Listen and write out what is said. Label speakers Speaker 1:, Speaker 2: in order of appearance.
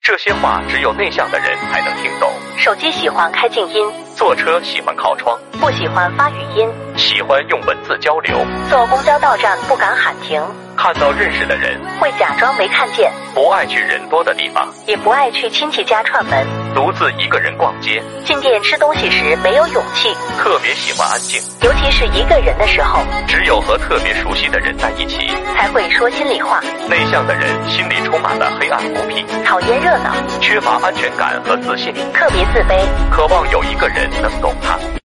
Speaker 1: 这些话只有内向的人才能听懂。
Speaker 2: 手机喜欢开静音，
Speaker 1: 坐车喜欢靠窗，
Speaker 2: 不喜欢发语音，
Speaker 1: 喜欢用文字交流，
Speaker 2: 坐公交到站不敢喊停，
Speaker 1: 看到认识的人
Speaker 2: 会假装没看见，
Speaker 1: 不爱去人多的地方，
Speaker 2: 也不爱去亲戚家串门。
Speaker 1: 独自一个人逛街，
Speaker 2: 进店吃东西时没有勇气，
Speaker 1: 特别喜欢安静，
Speaker 2: 尤其是一个人的时候，
Speaker 1: 只有和特别熟悉的人在一起。
Speaker 2: 才会说心里话。
Speaker 1: 内向的人心里充满了黑暗孤僻，
Speaker 2: 讨厌热闹，
Speaker 1: 缺乏安全感和自信，
Speaker 2: 特别自卑。
Speaker 1: 渴望有一个人能懂他。